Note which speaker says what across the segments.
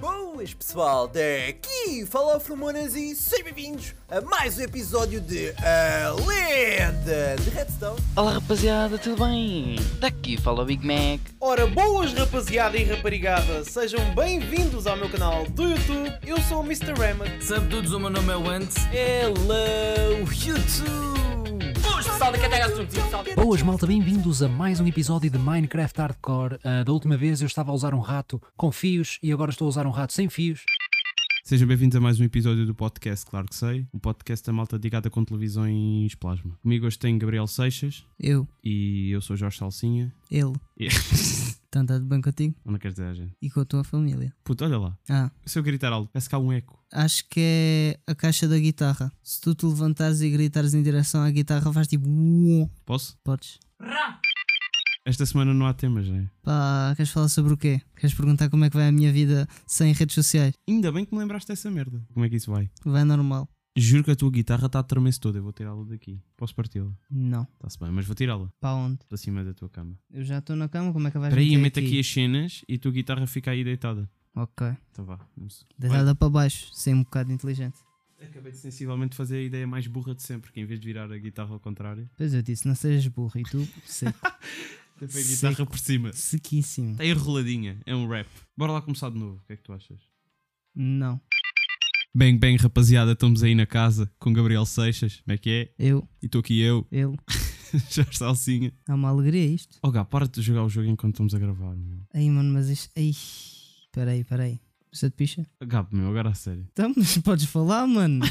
Speaker 1: Boas pessoal, daqui fala Formonas e sejam bem-vindos a mais um episódio de A Lenda de Redstone.
Speaker 2: Olá rapaziada, tudo bem? Daqui fala o Big Mac.
Speaker 3: Ora, boas rapaziada e raparigada, sejam bem-vindos ao meu canal do YouTube. Eu sou o Mr. Ramat.
Speaker 4: Sabe todos o meu nome é Wants?
Speaker 1: Hello YouTube!
Speaker 4: Boas pessoal da Catega Substituição!
Speaker 5: Boas malta, bem-vindos a mais um episódio de Minecraft Hardcore. Ah, da última vez eu estava a usar um rato com fios e agora estou a usar um rato sem fios.
Speaker 6: Sejam bem-vindos a mais um episódio do podcast Claro que Sei, um podcast da malta ligada com televisões plasma. Comigo hoje tem Gabriel Seixas
Speaker 7: Eu,
Speaker 6: e eu sou Jorge Salsinha.
Speaker 7: ele,
Speaker 6: E...
Speaker 7: então está tudo bem contigo
Speaker 6: Onde queres dizer a gente?
Speaker 7: e com a tua família.
Speaker 6: Puto, olha lá.
Speaker 7: Ah,
Speaker 6: Se eu gritar algo, parece que há um eco.
Speaker 7: acho que é a caixa da guitarra. Se tu te levantares e gritares em direção à guitarra, vais tipo. "Uom".
Speaker 6: Posso?
Speaker 7: Podes.
Speaker 6: Esta semana não há temas, né?
Speaker 7: Pá, queres falar sobre o quê? Queres perguntar como é que vai a minha vida sem redes sociais?
Speaker 6: Ainda bem que me lembraste dessa merda. Como é que isso vai?
Speaker 7: Vai normal?
Speaker 6: Juro que a tua guitarra está a tremer-se toda. Eu vou tirá-la daqui. Posso parti-la?
Speaker 7: Não.
Speaker 6: Está-se bem, mas vou tirá-la.
Speaker 7: Para onde?
Speaker 6: Para cima da tua cama.
Speaker 7: Eu já estou na cama, como é que vais
Speaker 6: Espera aí, eu
Speaker 7: meter
Speaker 6: meto aqui as cenas e a tua guitarra fica aí deitada.
Speaker 7: Ok.
Speaker 6: Então vá. vamos.
Speaker 7: Deitada para baixo, sem um bocado inteligente.
Speaker 6: Acabei de sensivelmente fazer a ideia mais burra de sempre, que em vez de virar a guitarra ao contrário,
Speaker 7: Pois eu disse, não sejas burro e tu, seco,
Speaker 6: foi a
Speaker 7: Seco.
Speaker 6: guitarra por cima.
Speaker 7: sequíssimo.
Speaker 6: Está enroladinha, é um rap. Bora lá começar de novo, o que é que tu achas?
Speaker 7: Não.
Speaker 6: Bem, bem, rapaziada, estamos aí na casa com Gabriel Seixas, como é que é?
Speaker 7: Eu,
Speaker 6: E estou aqui eu,
Speaker 7: ele.
Speaker 6: Jorge Salsinha.
Speaker 7: É uma alegria isto.
Speaker 6: Oh, Gá, para de jogar o jogo enquanto estamos a gravar, meu.
Speaker 7: Aí, mano, mas isto. Ai. Peraí, peraí. Precisa de picha?
Speaker 6: Gá, meu, agora a sério.
Speaker 7: Então, mas podes falar, mano.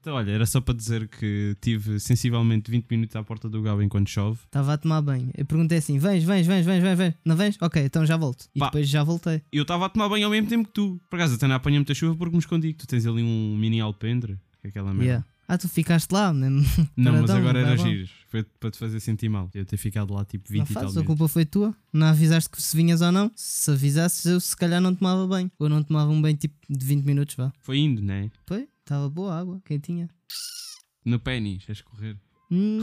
Speaker 6: Então, olha, era só para dizer que tive sensivelmente 20 minutos à porta do Gabo enquanto chove.
Speaker 7: Estava a tomar banho. Eu perguntei assim: vens, vens, vens, vens, vens, vens. Não vens? Ok, então já volto. E
Speaker 6: Pá.
Speaker 7: depois já voltei.
Speaker 6: E eu estava a tomar banho ao mesmo tempo que tu. Por acaso, até não apanhei muita chuva porque me escondi. que Tu tens ali um mini alpendre, que é aquela merda.
Speaker 7: Yeah. Ah, tu ficaste lá, mesmo.
Speaker 6: Não, mas
Speaker 7: Paradão,
Speaker 6: agora era
Speaker 7: paradão.
Speaker 6: giro. Foi para te fazer sentir mal. Eu ter ficado lá tipo 20
Speaker 7: Não
Speaker 6: e tal
Speaker 7: fazes, a
Speaker 6: minutos.
Speaker 7: culpa foi tua. Não avisaste que se vinhas ou não. Se avisasses, eu se calhar não tomava banho. Ou não tomava um banho tipo de 20 minutos, vá.
Speaker 6: Foi indo, né?
Speaker 7: Foi? Estava boa a água, quentinha.
Speaker 6: No pênis, a escorrer.
Speaker 7: Hum.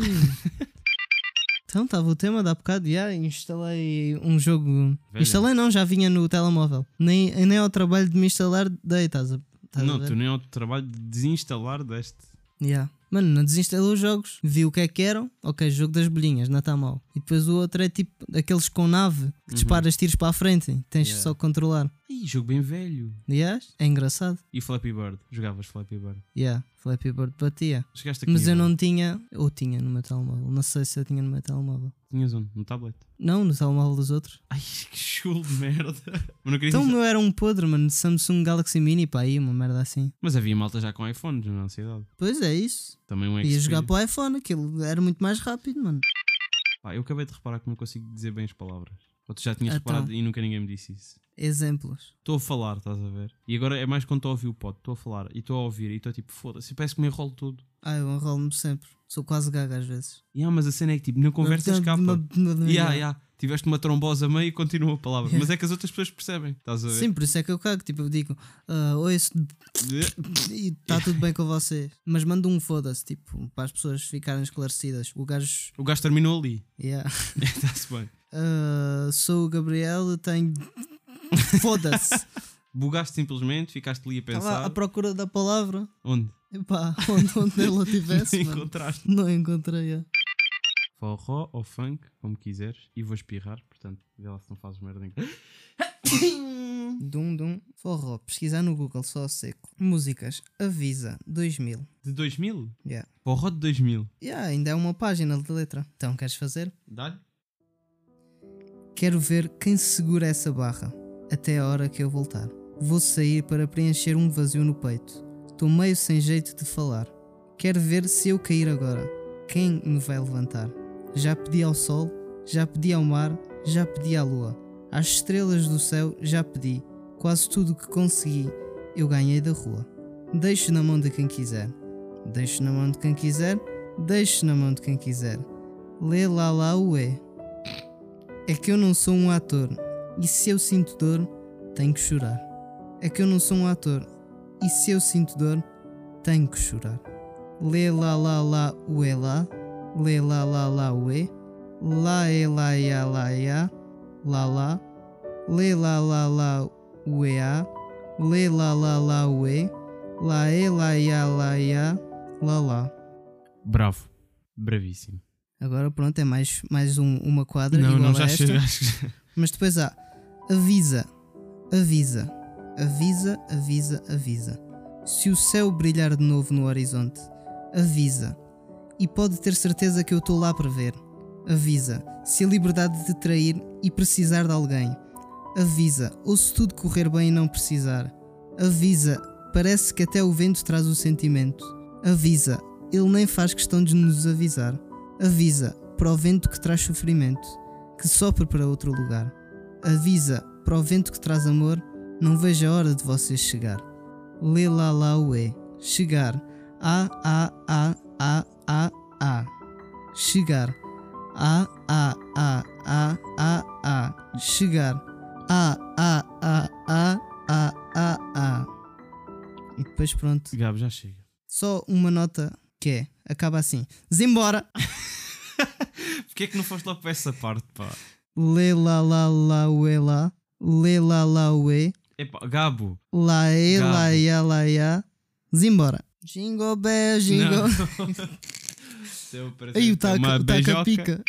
Speaker 7: então estava o tema de há bocado, já instalei um jogo.
Speaker 6: Velha.
Speaker 7: Instalei não, já vinha no telemóvel. Nem, nem ao trabalho de me instalar dei, estás a. Estás a
Speaker 6: não,
Speaker 7: ver?
Speaker 6: tu nem ao trabalho de desinstalar deste.
Speaker 7: Ya. Mano, não desinstalou os jogos, vi o que é que eram, ok, jogo das bolinhas, não está mal. E depois o outro é tipo aqueles com nave que disparas tiros para a frente, tens de
Speaker 6: Ya.
Speaker 7: só controlar.
Speaker 6: Ih, jogo bem velho.
Speaker 7: Yes? É engraçado.
Speaker 6: E Flappy Bird. Jogavas Flappy Bird.
Speaker 7: Yeah, Flappy Bird batia.
Speaker 6: Chegaste aqui.
Speaker 7: Mas eu não tinha, ou tinha no meu telemóvel, não sei se eu tinha no meu telemóvel.
Speaker 6: Tinhas onde? No tablet.
Speaker 7: Não, no telemóvel dos outros.
Speaker 6: Ai, que chulo de merda. Mas, não queria
Speaker 7: Então o
Speaker 6: dizer-
Speaker 7: meu era um podre, mano, de Samsung Galaxy Mini, pá, aí uma merda assim.
Speaker 6: Mas havia malta já com iPhones na ansiedade.
Speaker 7: Pois é isso.
Speaker 6: Também um
Speaker 7: Ia
Speaker 6: Xperia.
Speaker 7: jogar para o iPhone, aquilo era muito mais rápido, mano.
Speaker 6: Pá, eu acabei de reparar que não consigo dizer bem as palavras. Ou tu já tinhas
Speaker 7: Então.
Speaker 6: reparado e nunca ninguém me disse isso.
Speaker 7: Exemplos.
Speaker 6: Estou a falar, estás a ver? E agora é mais quando estou a ouvir o pod. Estou a falar e estou a ouvir e estou tipo, foda-se, parece que me enrolo tudo.
Speaker 7: Ah, eu enrolo-me sempre. Sou quase gaga às vezes.
Speaker 6: E ah, mas a cena é que tipo, não conversas escapa. Ya, ya, tiveste uma trombose a meio e continua a palavra. Mas é que as outras pessoas percebem, estás a ver?
Speaker 7: Sim, por isso é que eu cago. Tipo, eu digo, ah, oi, se- e está tudo bem com vocês. Mas mando um foda-se, tipo, para as pessoas ficarem esclarecidas. O gajo,
Speaker 6: O gajo terminou ali.
Speaker 7: yeah.
Speaker 6: Está-se bem.
Speaker 7: Ah, sou o Gabriel, tenho. Foda-se.
Speaker 6: Bugaste simplesmente, ficaste ali a pensar.
Speaker 7: Estava à procura da palavra.
Speaker 6: Onde?
Speaker 7: Epá, onde, onde ela
Speaker 6: Não
Speaker 7: tivesse, mano.
Speaker 6: encontraste.
Speaker 7: Não encontrei. é.
Speaker 6: Forró ou funk, como quiseres. E vou espirrar, portanto, vê lá se não fazes merda. em-
Speaker 7: Dum Dum Forró. Pesquisar no Google só a seco. Músicas. Avisa. 2000.
Speaker 6: De 2000?
Speaker 7: Yeah.
Speaker 6: Forró de 2000.
Speaker 7: Yeah, ainda é uma página de letra. Então, queres fazer?
Speaker 6: Dá-lhe?
Speaker 7: Quero ver quem segura essa barra. Até a hora que eu voltar. Vou sair para preencher um vazio no peito. Estou meio sem jeito de falar. Quero ver se eu cair agora. Quem me vai levantar? Já pedi ao sol, já pedi ao mar, já pedi à lua. Às estrelas do céu já pedi. Quase tudo o que consegui, eu ganhei da rua. Deixo na mão de quem quiser. Deixo na mão de quem quiser. Deixo na mão de quem quiser. Lê lá lá ué. É que eu não sou um ator e se eu sinto dor, tenho que chorar. É que eu não sou um ator e se eu sinto dor, tenho que chorar. Lê lá lá lá ué lá, lê lá lá lá ué, lá é lá ia lá ia, lá lá, lê lá lá lá ué é, a, Lê lá lá lá ué. Lá é lá ia lá ia. Lá lá.
Speaker 6: Bravo. Bravíssimo.
Speaker 7: Agora pronto, é mais, mais um- uma quadra
Speaker 6: Não,
Speaker 7: igual
Speaker 6: não, já
Speaker 7: a esta.
Speaker 6: chega. acho que já-
Speaker 7: Mas depois há avisa, avisa, avisa, avisa, avisa. Se o céu brilhar de novo no horizonte, avisa. E pode ter certeza que eu estou lá para ver. Avisa. Se a liberdade de trair e precisar de alguém, avisa. Ou se tudo correr bem e não precisar, avisa. Parece que até o vento traz o sentimento. Avisa. Ele nem faz questão de nos avisar. Avisa. Para o vento que traz sofrimento que sopra para outro lugar. Avisa para o vento que traz amor, não vejo a hora de vocês chegar. Lê lá lá ué, chegar. A a a a a a. Chegar. A a a a a a. Chegar. A a a a a a a. E depois pronto.
Speaker 6: Gabo, já chega.
Speaker 7: Só uma nota que é, acaba assim. Zimbora.
Speaker 6: Porquê é que não foste logo para essa parte, pá?
Speaker 7: Lê lá lá lá ué lá. Lê lá lá ué.
Speaker 6: Epá, Gabo.
Speaker 7: Laê,
Speaker 6: Gabo.
Speaker 7: laia, laia. Zimbora. Jingle bell, jingle.
Speaker 6: Seu prazer.
Speaker 7: Aí o
Speaker 6: É uma
Speaker 7: taca, o taca
Speaker 6: beijoca.
Speaker 7: pica.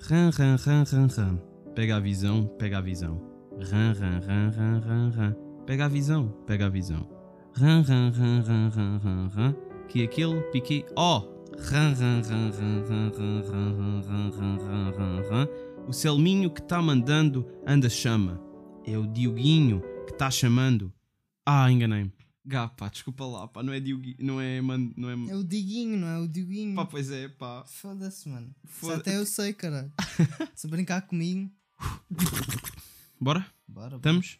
Speaker 6: Ran, ran, ran, ran, ran. Pega a visão, pega a visão. Ran, ran, ran, ran, ran, ran. Pega a visão, pega a visão. Ran, ran, ran, ran, ran, ran, ran. Que aquele pique. Ó! Ran, ran, ran, ran, ran, ran, ran, ran, ran, ran, ran, ran, ran. O Selminho que tá mandando anda chama. É o Dioguinho que tá chamando. Ah, enganei-me. Gá, pá, desculpa lá, pá, não é Dioguinho, não é. man- Não
Speaker 7: É
Speaker 6: é...
Speaker 7: o Diguinho, não é o Diguinho.
Speaker 6: Pá, pois é, pá.
Speaker 7: Foda-se, mano. Isso
Speaker 6: Foda-
Speaker 7: até eu sei, caralho. Se brincar comigo.
Speaker 6: Bora?
Speaker 7: Bora, bora.
Speaker 6: Estamos?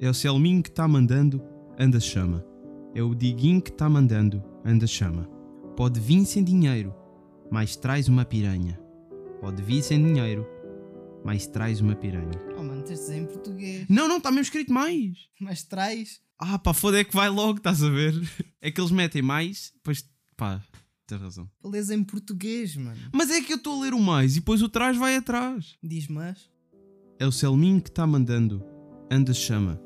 Speaker 6: é o Selminho que está mandando, anda chama. É o Diguinho que está mandando, anda chama. Pode vir sem dinheiro, mas traz uma piranha. Pode vir sem dinheiro, mas traz uma piranha.
Speaker 7: Oh, mano, tens de dizer em português.
Speaker 6: Não, não, está mesmo escrito mais.
Speaker 7: Mas traz.
Speaker 6: Ah, pá, foda é que vai logo, estás a ver? É que eles metem mais, pois, pá, tens razão.
Speaker 7: Lês em português, mano.
Speaker 6: Mas é que eu estou a ler o mais e depois o trás vai atrás.
Speaker 7: Diz mas.
Speaker 6: É o Selminho que está mandando. Anda chama.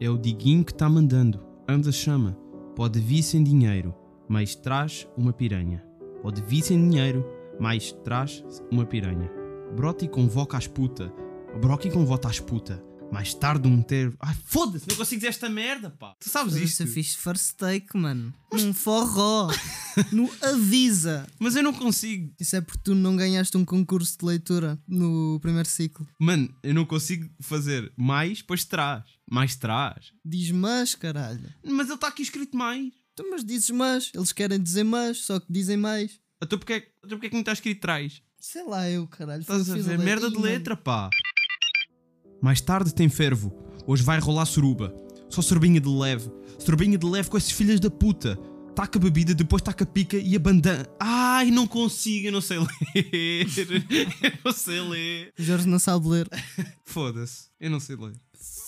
Speaker 6: É o Diguinho que está mandando. Anda chama. Pode vir sem dinheiro, mas traz uma piranha. Pode vir sem dinheiro, mas traz uma piranha. Brota e convoca as puta. Broca e convoca as puta. Mais tarde um ter. Ai, foda-se, não consigo dizer esta merda, pá. Tu sabes isto?
Speaker 7: Eu fiz é first take, mano. Num forró. no avisa.
Speaker 6: Mas eu não consigo.
Speaker 7: Isso é porque tu não ganhaste um concurso de leitura no primeiro ciclo.
Speaker 6: Mano, eu não consigo fazer mais, pois traz. Mais traz.
Speaker 7: Diz mas, caralho.
Speaker 6: Mas ele está aqui escrito mais.
Speaker 7: Tu, mas dizes mas, eles querem dizer mas, só que dizem mais.
Speaker 6: Então porque é, então porque é que não está escrito traz?
Speaker 7: Sei lá, eu, caralho.
Speaker 6: Estás a
Speaker 7: fiz
Speaker 6: ver?
Speaker 7: le-
Speaker 6: Merda
Speaker 7: Ih,
Speaker 6: de
Speaker 7: mano.
Speaker 6: letra, pá. Mais tarde tem fervo. Hoje vai rolar suruba. Só sorbinha de leve. Sorbinha de leve com esses filhas da puta. Taca bebida, depois taca pica e a bandana. Ai, não consigo, eu não sei ler. eu não sei ler.
Speaker 7: Jorge não sabe ler.
Speaker 6: Foda-se, eu não sei ler.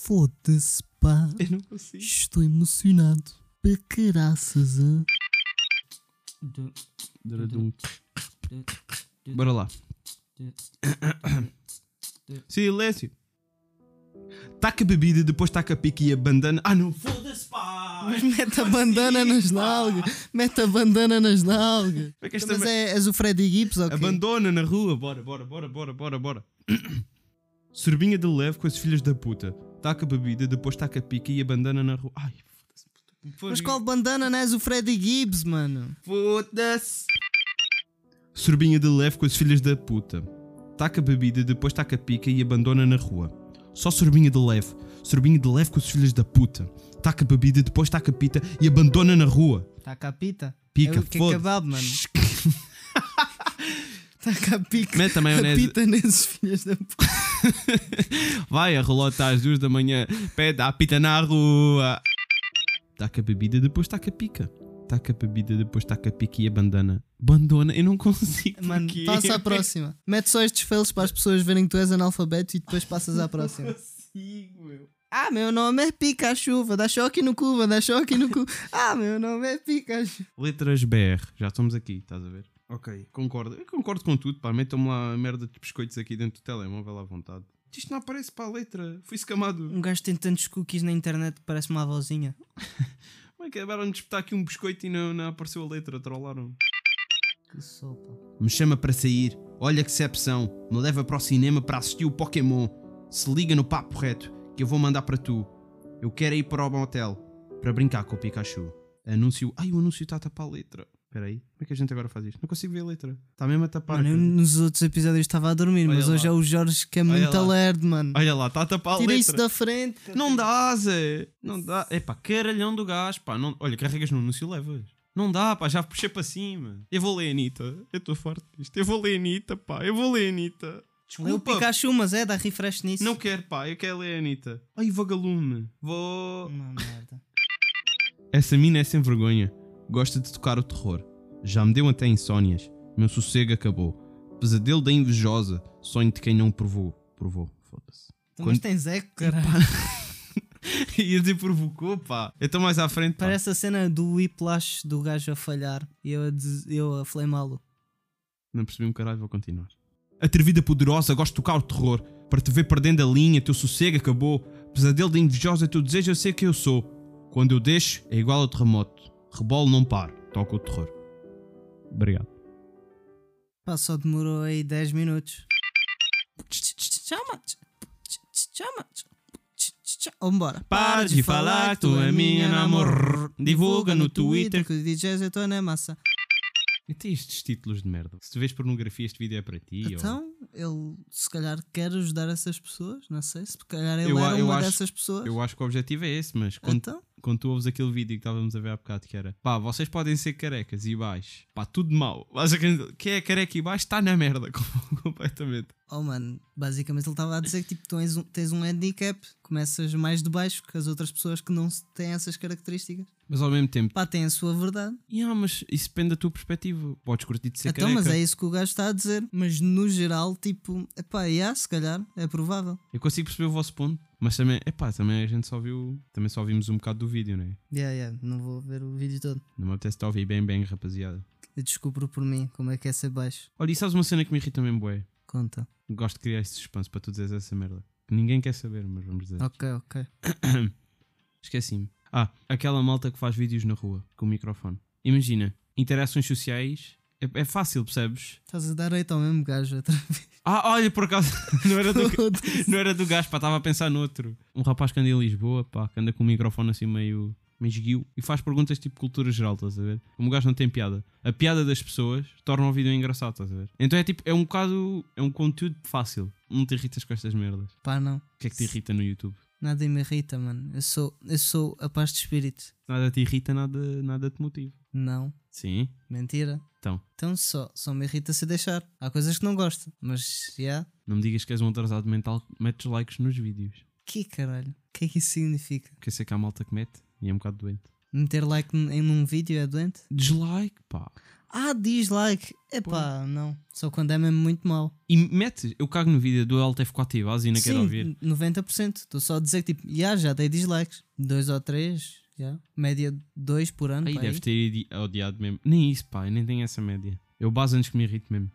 Speaker 7: Foda-se, pá.
Speaker 6: Eu não consigo.
Speaker 7: Estou emocionado. Para caraças, hã?
Speaker 6: Bora lá. Silêncio. Taca bebida, depois taca pica e a bandana. Ah, não, foda-se, pá.
Speaker 7: Mas mete a bandana nas nalgas. Mete a bandana nas nalgas.
Speaker 6: É que esta
Speaker 7: Então, mas
Speaker 6: mer-
Speaker 7: é, és o Freddy Gibbs, ok?
Speaker 6: Abandona na rua, bora, bora, bora, bora, bora, bora. Sorbinha de leve com as filhas da puta. Taca bebida, depois taca pica e abandona na rua. Ai, foda-se. puta.
Speaker 7: Mas qual bandana não és o Freddy Gibbs, mano?
Speaker 6: Foda-se. Sorbinha de leve com as filhas da puta. Taca bebida, depois taca pica e abandona na rua. Só sorbinha de leve. Sorbinha de leve com as filhas da puta. Taca bebida, depois taca pita e abandona na rua.
Speaker 7: Está Tá cá a pita.
Speaker 6: Pica,
Speaker 7: é o que é
Speaker 6: foda-se.
Speaker 7: kebab, mano. Está cá a pica.
Speaker 6: Mete a
Speaker 7: a
Speaker 6: maionese.
Speaker 7: pita nesses filhos da puta.
Speaker 6: Vai, a relota às duas da manhã, pede a pita na rua. Taca a bebida, depois taca a pica. Taca a bebida, depois taca a pica e a bandana. Bandana, eu não consigo.
Speaker 7: Mano, tá
Speaker 6: porquê?
Speaker 7: passa à próxima. Mete só estes fails para as pessoas verem que tu és analfabeto e depois passas à próxima. Ah, meu nome é Pikachu, vou dar choque no cu, vou dar choque no cu. Ah, meu nome é Pikachu.
Speaker 6: Letras BR, já estamos aqui, estás a ver? Ok, concordo. Eu concordo com tudo, pá. Metam-me lá a merda de biscoitos aqui dentro do telemóvel à vontade. Isto não aparece para a letra. Fui escamado.
Speaker 7: Um gajo tem tantos cookies na internet parece uma avózinha.
Speaker 6: Como é que acabaram de espetar aqui um biscoito e não, não apareceu a letra? Trollaram.
Speaker 7: Que sopa.
Speaker 6: Me chama para sair. Olha que decepção. Me leva para o cinema para assistir o Pokémon. Se liga no papo reto, que eu vou mandar para tu. Eu quero ir para o motel para brincar com o Pikachu. Anúncio. Ai, o anúncio está a tapar a letra. Espera aí. Como é que a gente agora faz isto? Não consigo ver a letra. Está mesmo a tapar.
Speaker 7: Mano, eu
Speaker 6: cara.
Speaker 7: nos outros episódios estava a dormir,
Speaker 6: Olha
Speaker 7: mas hoje
Speaker 6: lá.
Speaker 7: é o Jorge que é
Speaker 6: Olha
Speaker 7: muito
Speaker 6: lá.
Speaker 7: alerta, mano.
Speaker 6: Olha lá, está a tapar a
Speaker 7: Tira
Speaker 6: letra.
Speaker 7: isso da frente.
Speaker 6: Não dá, Zé. Não dá. Epá, caralhão do gás, pá. Não... Olha, carregas no anúncio e levas. Não dá, pá. Já puxei para cima. Eu vou ler a Anitta. Eu estou forte disto. Eu vou ler a Anitta, pá. Eu vou ler a Anitta.
Speaker 7: Lê o
Speaker 6: Desculpa,
Speaker 7: Pikachu, mas é, dá refresh nisso.
Speaker 6: Não quero, pá, eu quero ler a Anitta. Ai, vagalume. Vou.
Speaker 7: Uma merda.
Speaker 6: Essa mina é sem vergonha. Gosta de tocar o terror. Já me deu até insónias. Meu sossego acabou. Pesadelo da invejosa. Sonho de quem não provou. Provou, foda-se.
Speaker 7: Tu, Então, Mas
Speaker 6: Quando-
Speaker 7: tens é eco, caralho.
Speaker 6: Ia dizer provocou, pá. Eu estou Então mais à frente, pá.
Speaker 7: Parece a cena do whiplash do gajo a falhar e eu a, des- eu a flamá-lo.
Speaker 6: Não percebi um caralho, vou continuar. Atrevida poderosa, gosto de tocar o terror. Para te ver perdendo a linha, teu sossego acabou. Pesadelo de invejosa, teu desejo eu sei que eu sou. Quando eu deixo, é igual ao terremoto. Rebolo não paro, toco o terror. Obrigado.
Speaker 7: Pá, só demorou aí 10 minutos. Chama! Chama! Vambora.
Speaker 6: Para de falar que tu é minha namor. Divulga no Twitter.
Speaker 7: que os é DJs eu estou na massa.
Speaker 6: E tem estes títulos de merda. Se tu vês pornografia, este vídeo é para ti. ou-
Speaker 7: Então, ele se calhar quer ajudar essas pessoas, não sei, se calhar ele
Speaker 6: Eu a-
Speaker 7: era
Speaker 6: eu
Speaker 7: uma
Speaker 6: acho-
Speaker 7: dessas pessoas.
Speaker 6: Eu acho que o objetivo é esse, mas quando,
Speaker 7: Então,
Speaker 6: quando tu ouves aquele vídeo que estávamos a ver há bocado que era pá, vocês podem ser carecas e baixo, pá, tudo mau. Mas Quem é careca e baixo está na merda com- completamente.
Speaker 7: oh mano, basicamente ele estava a dizer que tipo, tu tens um, tens um handicap, começas mais de baixo que as outras pessoas que não se- têm essas características.
Speaker 6: Mas ao mesmo tempo,
Speaker 7: Pá, tem a sua verdade.
Speaker 6: yeah, mas isso depende da tua perspectiva. Podes curtir de ser
Speaker 7: Então,
Speaker 6: careca.
Speaker 7: mas é isso que o gajo está a dizer. Mas no geral, tipo, epá, yeah, se calhar, é provável.
Speaker 6: Eu consigo perceber o vosso ponto. Mas também, epá, também a gente só viu, também só vimos um bocado do vídeo, né?
Speaker 7: Yeah, yeah, não vou ver o vídeo todo.
Speaker 6: Não me apetece estar a ouvir bem, bem, rapaziada.
Speaker 7: Eu descubro por mim como é que é ser baixo.
Speaker 6: Olha, e sabes uma cena que me irrita mesmo, bué?
Speaker 7: Conta.
Speaker 6: Gosto de criar esse suspense para tu dizeres essa merda. Que ninguém quer saber, mas vamos dizer.
Speaker 7: Ok, ok.
Speaker 6: Esqueci-me. Ah, aquela malta que faz vídeos na rua, com o microfone. Imagina, interações sociais, é, é fácil, percebes?
Speaker 7: Estás a dar oito ao mesmo gajo outra
Speaker 6: Ah, olha, por acaso, não era do,
Speaker 7: vez.
Speaker 6: Não era do gajo, pá, estava a pensar noutro. Um rapaz que anda em Lisboa, pá, que anda com um microfone assim meio. meio esguio e faz perguntas tipo cultura geral, estás a ver? Como o gajo não tem piada. A piada das pessoas torna o vídeo engraçado, estás a ver? Então é tipo, é um bocado. é um conteúdo fácil. Não te irritas com estas merdas.
Speaker 7: Pá, não.
Speaker 6: O que é que te irrita no YouTube?
Speaker 7: Nada me irrita, mano. Eu sou, eu sou a paz de espírito.
Speaker 6: Nada te irrita, nada, nada te motiva.
Speaker 7: Não.
Speaker 6: Sim.
Speaker 7: Mentira.
Speaker 6: Então.
Speaker 7: Então só, só me irrita se deixar. Há coisas que não gosto, mas já.
Speaker 6: Não me digas que és um atrasado mental que metes likes nos vídeos.
Speaker 7: Que caralho? O que é que isso significa?
Speaker 6: Porque eu sei que há malta que mete e é um bocado doente.
Speaker 7: Meter like n- em um vídeo é doente?
Speaker 6: Dislike, pá.
Speaker 7: Ah, dislike! Epá, não. Só quando é mesmo muito mal.
Speaker 6: E metes, eu cago no vídeo do Alt F4 e base e não quero
Speaker 7: Sim,
Speaker 6: ouvir.
Speaker 7: 90%. Estou só a dizer que tipo, já, já dei dislikes. Dois ou três, já. Média dois por ano.
Speaker 6: Aí
Speaker 7: pá, é
Speaker 6: deves
Speaker 7: aí.
Speaker 6: ter idi- odiado mesmo. Nem isso, pá, eu nem tenho essa média. Eu base antes que me irrite mesmo.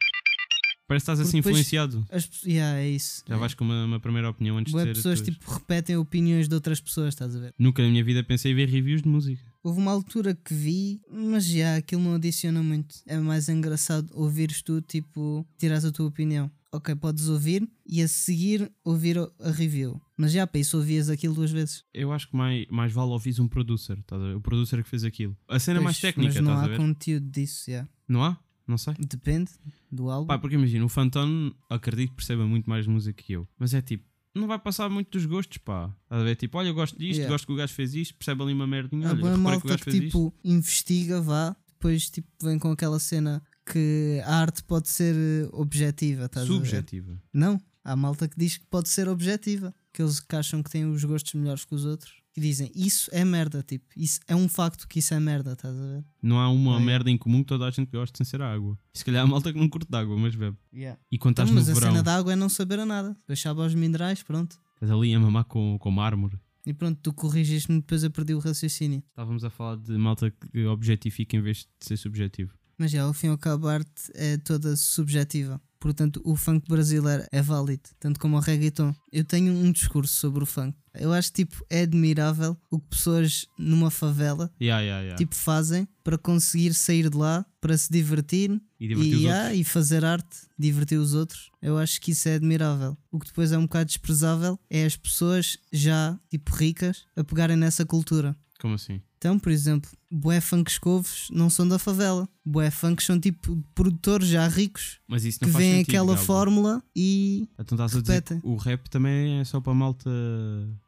Speaker 6: Parece que estás assim
Speaker 7: Porque depois-
Speaker 6: influenciado.
Speaker 7: As, pe- já, é isso.
Speaker 6: Já vais com uma, uma primeira opinião antes
Speaker 7: Bué
Speaker 6: de ter
Speaker 7: pessoas
Speaker 6: as tuas.
Speaker 7: tipo, repetem opiniões de outras pessoas, estás a ver?
Speaker 6: Nunca na minha vida pensei em ver reviews de música.
Speaker 7: Houve uma altura que vi, mas já, aquilo não adiciona muito. É mais engraçado ouvires tu, tipo, tirares a tua opinião. Ok, podes ouvir e a seguir ouvir o- a review. Mas já, para isso ouvias aquilo duas vezes.
Speaker 6: Eu acho que mais, mais vale ouvir um producer, estás a ver? O producer que fez aquilo. A cena mais
Speaker 7: Pois,
Speaker 6: técnica,
Speaker 7: Mas não
Speaker 6: estás a
Speaker 7: há
Speaker 6: ver?
Speaker 7: conteúdo disso, já.
Speaker 6: Não há? Não sei.
Speaker 7: Depende do álbum.
Speaker 6: Pá, porque imagina, o Fantone, acredito que perceba muito mais de música que eu. Mas é tipo, não vai passar muito dos gostos, pá. Estás a ver? Tipo, olha, eu gosto disto,
Speaker 7: Yeah.
Speaker 6: gosto que o gajo fez isto, percebe ali uma merdinha,
Speaker 7: Há
Speaker 6: olha,
Speaker 7: boa
Speaker 6: repara que o
Speaker 7: malta
Speaker 6: gajo
Speaker 7: que
Speaker 6: fez isto.
Speaker 7: tipo investiga, vá, depois tipo vem com aquela cena que a arte pode ser eh, objetiva, estás a ver?
Speaker 6: Subjetiva.
Speaker 7: Não, há malta que diz que pode ser objetiva, aqueles que acham que têm os gostos melhores que os outros e dizem isso é merda, tipo, isso é um facto que isso é merda, estás a ver?
Speaker 6: Não há uma
Speaker 7: Ah, é.
Speaker 6: merda em comum que toda a gente goste sem ser a água. Se calhar há malta que não curte de água, mas bebe. E quando
Speaker 7: Então,
Speaker 6: estás
Speaker 7: mas
Speaker 6: no
Speaker 7: a
Speaker 6: verão,
Speaker 7: cena da água é não saber a nada, deixava aos minerais, pronto.
Speaker 6: estás ali a mamar com, com mármore.
Speaker 7: E pronto, tu corrigiste-me, depois eu perdi o raciocínio.
Speaker 6: Estávamos a falar de malta que objetifica em vez de ser subjetivo.
Speaker 7: Mas já, ao fim e ao cabo, a arte é toda subjetiva. Portanto, o funk brasileiro é válido, tanto como o reggaeton. Eu tenho um discurso sobre o funk. Eu acho tipo é admirável o que pessoas numa favela
Speaker 6: Yeah, yeah, yeah.
Speaker 7: tipo fazem para conseguir sair de lá, para se divertir
Speaker 6: E divertir os
Speaker 7: ah,
Speaker 6: outros.
Speaker 7: e fazer arte, divertir os outros. Eu acho que isso é admirável. O que depois é um bocado desprezável é as pessoas já tipo ricas a pegarem nessa cultura.
Speaker 6: Como assim?
Speaker 7: Então, por exemplo, bué funks covos não são da favela. Bué funks são tipo produtores já ricos
Speaker 6: Mas isso
Speaker 7: que
Speaker 6: não faz
Speaker 7: veem
Speaker 6: sentido.
Speaker 7: aquela
Speaker 6: Galvão.
Speaker 7: fórmula e...
Speaker 6: Então estás a dizer que
Speaker 7: Repetem.
Speaker 6: o rap também é só para malta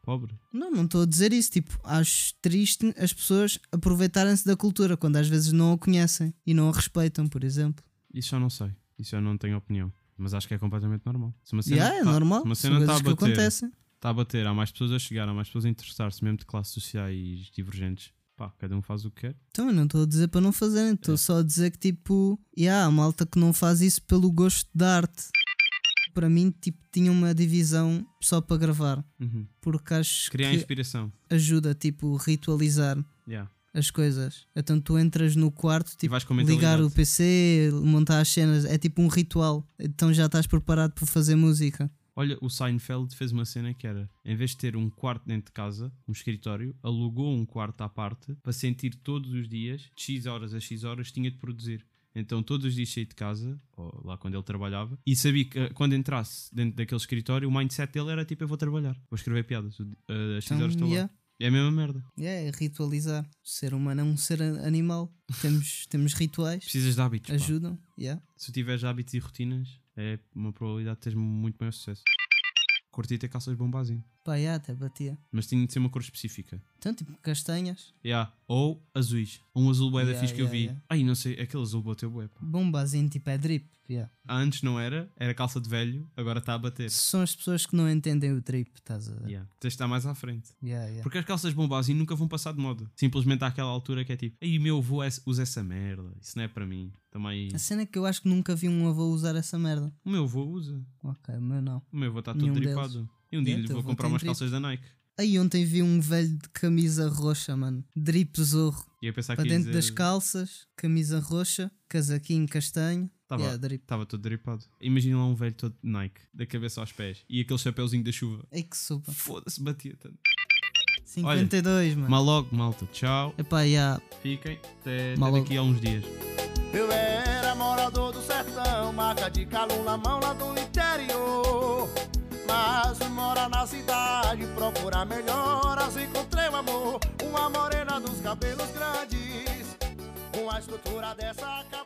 Speaker 6: pobre?
Speaker 7: Não, não estou a dizer isso. Tipo, acho triste as pessoas aproveitarem-se da cultura quando às vezes não a conhecem e não a respeitam, por exemplo.
Speaker 6: Isso eu não sei. Isso eu não tenho opinião. Mas acho que é completamente normal. Se uma
Speaker 7: Yeah, é
Speaker 6: tá-
Speaker 7: normal.
Speaker 6: se uma
Speaker 7: São
Speaker 6: cena
Speaker 7: coisas
Speaker 6: está a
Speaker 7: que
Speaker 6: bater,
Speaker 7: acontecem.
Speaker 6: está a bater, há mais pessoas a chegar, há mais pessoas a interessar-se, mesmo de classes sociais divergentes. Pá, cada um faz o que quer.
Speaker 7: Então, eu não estou a dizer para não fazerem, estou
Speaker 6: É.
Speaker 7: só a dizer que, tipo, yeah, há malta que não faz isso pelo gosto da arte. Para mim, tipo, tinha uma divisão só para gravar,
Speaker 6: Uhum.
Speaker 7: porque acho
Speaker 6: Criar
Speaker 7: que
Speaker 6: inspiração.
Speaker 7: ajuda, tipo, ritualizar
Speaker 6: Yeah.
Speaker 7: as coisas. Então, tu entras no quarto, tipo,
Speaker 6: vais com a
Speaker 7: ligar
Speaker 6: mentalidade.
Speaker 7: o PC, montar as cenas, é tipo um ritual. Então, já estás preparado para fazer música. Então,
Speaker 6: Olha, o Seinfeld fez uma cena que era, em vez de ter um quarto dentro de casa, um escritório, alugou um quarto à parte para sentir todos os dias, de X horas a X horas, tinha de produzir. Então todos os dias saía de casa, ou lá quando ele trabalhava, e sabia que eh, quando entrasse dentro daquele escritório, o mindset dele era tipo, eu vou trabalhar, vou escrever piadas, o di- eh, as X
Speaker 7: Então,
Speaker 6: horas estou
Speaker 7: yeah.
Speaker 6: lá. É a mesma merda.
Speaker 7: Yeah, é ritualizar. O ser humano é um ser animal. Temos, temos rituais,
Speaker 6: Precisas de hábitos, pá.
Speaker 7: ajudam. Yeah.
Speaker 6: Se tiveres hábitos e rotinas, é uma probabilidade de teres muito maior sucesso. Curti ter calças bombazinho,
Speaker 7: Pá, yeah, até batia.
Speaker 6: mas tinha de ser uma cor específica.
Speaker 7: Então, tipo, castanhas,
Speaker 6: Yeah. Ou azuis. Um azul bué da
Speaker 7: Yeah,
Speaker 6: fixe que eu
Speaker 7: yeah,
Speaker 6: vi.
Speaker 7: yeah.
Speaker 6: Ai, não sei, aquele azul bateu bué. pá.
Speaker 7: bombazinho, tipo, é drip. yeah.
Speaker 6: Antes não era, era calça de velho, agora está a bater.
Speaker 7: São as pessoas que não entendem o drip, estás a ver?
Speaker 6: Yeah. Tens de estar mais à frente.
Speaker 7: Yeah, yeah.
Speaker 6: Porque as calças bombazinho nunca vão passar de moda. Simplesmente há aquela altura que é tipo, ai, meu avô é- usa essa merda. Isso não é para mim. Também.
Speaker 7: A cena é que eu acho que nunca vi um avô usar essa merda.
Speaker 6: O meu avô usa.
Speaker 7: Ok, o meu não.
Speaker 6: O meu avô está todo
Speaker 7: Nenhum
Speaker 6: dripado. E um dia
Speaker 7: Yeah,
Speaker 6: lhe
Speaker 7: teu
Speaker 6: vou
Speaker 7: avô
Speaker 6: comprar
Speaker 7: tem
Speaker 6: umas
Speaker 7: drip.
Speaker 6: calças da Nike.
Speaker 7: Aí ontem vi um velho de camisa roxa, mano. Drip zorro.
Speaker 6: E eu pensar
Speaker 7: Para
Speaker 6: que
Speaker 7: dentro das
Speaker 6: estava
Speaker 7: calças, camisa roxa, casaquinho castanho.
Speaker 6: Tá
Speaker 7: yeah, drip.
Speaker 6: todo dripado. Imagina lá um velho todo Nike, da cabeça aos pés. E aquele chapéuzinho da chuva.
Speaker 7: Ei que sopa.
Speaker 6: Foda-se, batia tanto.
Speaker 7: 52, mano.
Speaker 6: Mas logo, malta, tchau.
Speaker 7: Epá, yeah.
Speaker 6: Fiquem até, até
Speaker 7: Maluco.
Speaker 6: daqui a uns dias.
Speaker 8: Eu era morador do sertão, marca de calor na mão lá do interior. Mas fui morar na cidade, procurar melhoras, encontrei um amor. Uma morena dos cabelos grandes, uma estrutura dessa acabou.